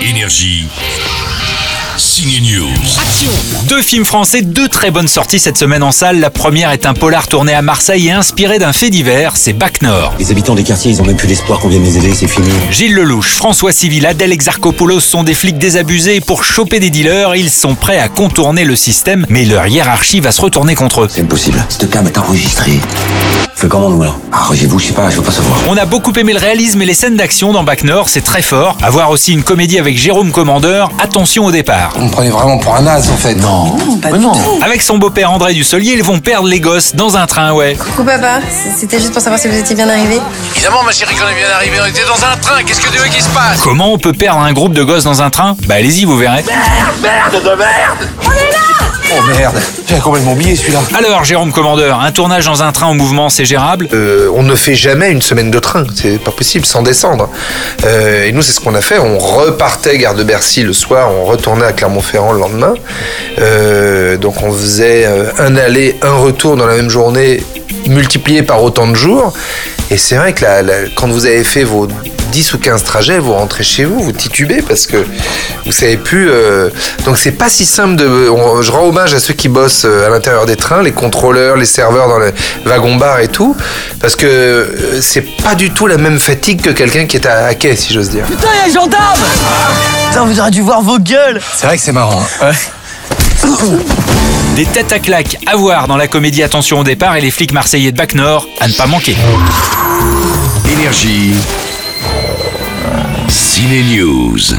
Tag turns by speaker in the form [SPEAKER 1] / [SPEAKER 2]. [SPEAKER 1] Énergie. Signe News.
[SPEAKER 2] Deux films français, deux très bonnes sorties cette semaine en salle. La première est un polar tourné à Marseille et inspiré d'un fait divers, c'est Bac Nord.
[SPEAKER 3] Les habitants des quartiers, ils ont même plus l'espoir qu'on vienne les aider, c'est fini.
[SPEAKER 2] Gilles Lelouch, François Civil, Adèle Exarchopoulos sont des flics désabusés et pour choper des dealers, ils sont prêts à contourner le système, mais leur hiérarchie va se retourner contre eux.
[SPEAKER 3] C'est impossible. Cette cam est enregistrée. Fais comment nous alors Arrangez-vous, je sais pas, je veux pas savoir.
[SPEAKER 2] On a beaucoup aimé le réalisme et les scènes d'action dans Bac Nord, c'est très fort. Avoir aussi une comédie avec Jérôme Commandeur, attention au départ.
[SPEAKER 4] On me prenait vraiment pour un as en fait. Non. Mais non.
[SPEAKER 2] Avec son beau-père André Dussolier, ils vont perdre les gosses dans un train, ouais.
[SPEAKER 5] Coucou papa, c'était juste pour savoir si vous étiez bien arrivé.
[SPEAKER 6] Évidemment, ma chérie, qu'on est bien arrivé, on était dans un train. Qu'est-ce que tu veux qu'il se passe
[SPEAKER 2] Comment on peut perdre un groupe de gosses dans un train Bah allez-y, vous verrez.
[SPEAKER 4] Oh merde. J'avais complètement oublié celui-là.
[SPEAKER 2] Alors Jérôme Commandeur, un tournage dans un train en mouvement, c'est gérable
[SPEAKER 7] Euh, on ne fait jamais une semaine de train, c'est pas possible sans descendre. Euh, et nous, c'est ce qu'on a fait. On repartait gare de Bercy le soir, on retournait à Clermont-Ferrand le lendemain. Euh, donc on faisait euh, un aller, un retour dans la même journée, multiplié par autant de jours. Et c'est vrai que la- la- quand vous avez fait vos 10 ou 15 trajets, vous rentrez chez vous, vous titubez parce que vous savez plus. euh, Donc c'est pas si simple de. on- je rends hommage à ceux qui bossent euh, à l'intérieur des trains, les contrôleurs, les serveurs dans les wagons-bars et tout, parce que euh, c'est pas du tout la même fatigue que quelqu'un qui est à, à quai, si j'ose dire.
[SPEAKER 8] Putain, vous auriez dû voir vos gueules
[SPEAKER 4] C'est vrai que c'est marrant. hein.
[SPEAKER 2] Des têtes à claques à voir dans la comédie Attention au départ et les flics marseillais de Bac Nord à ne pas manquer.
[SPEAKER 1] Énergie. Ciné News.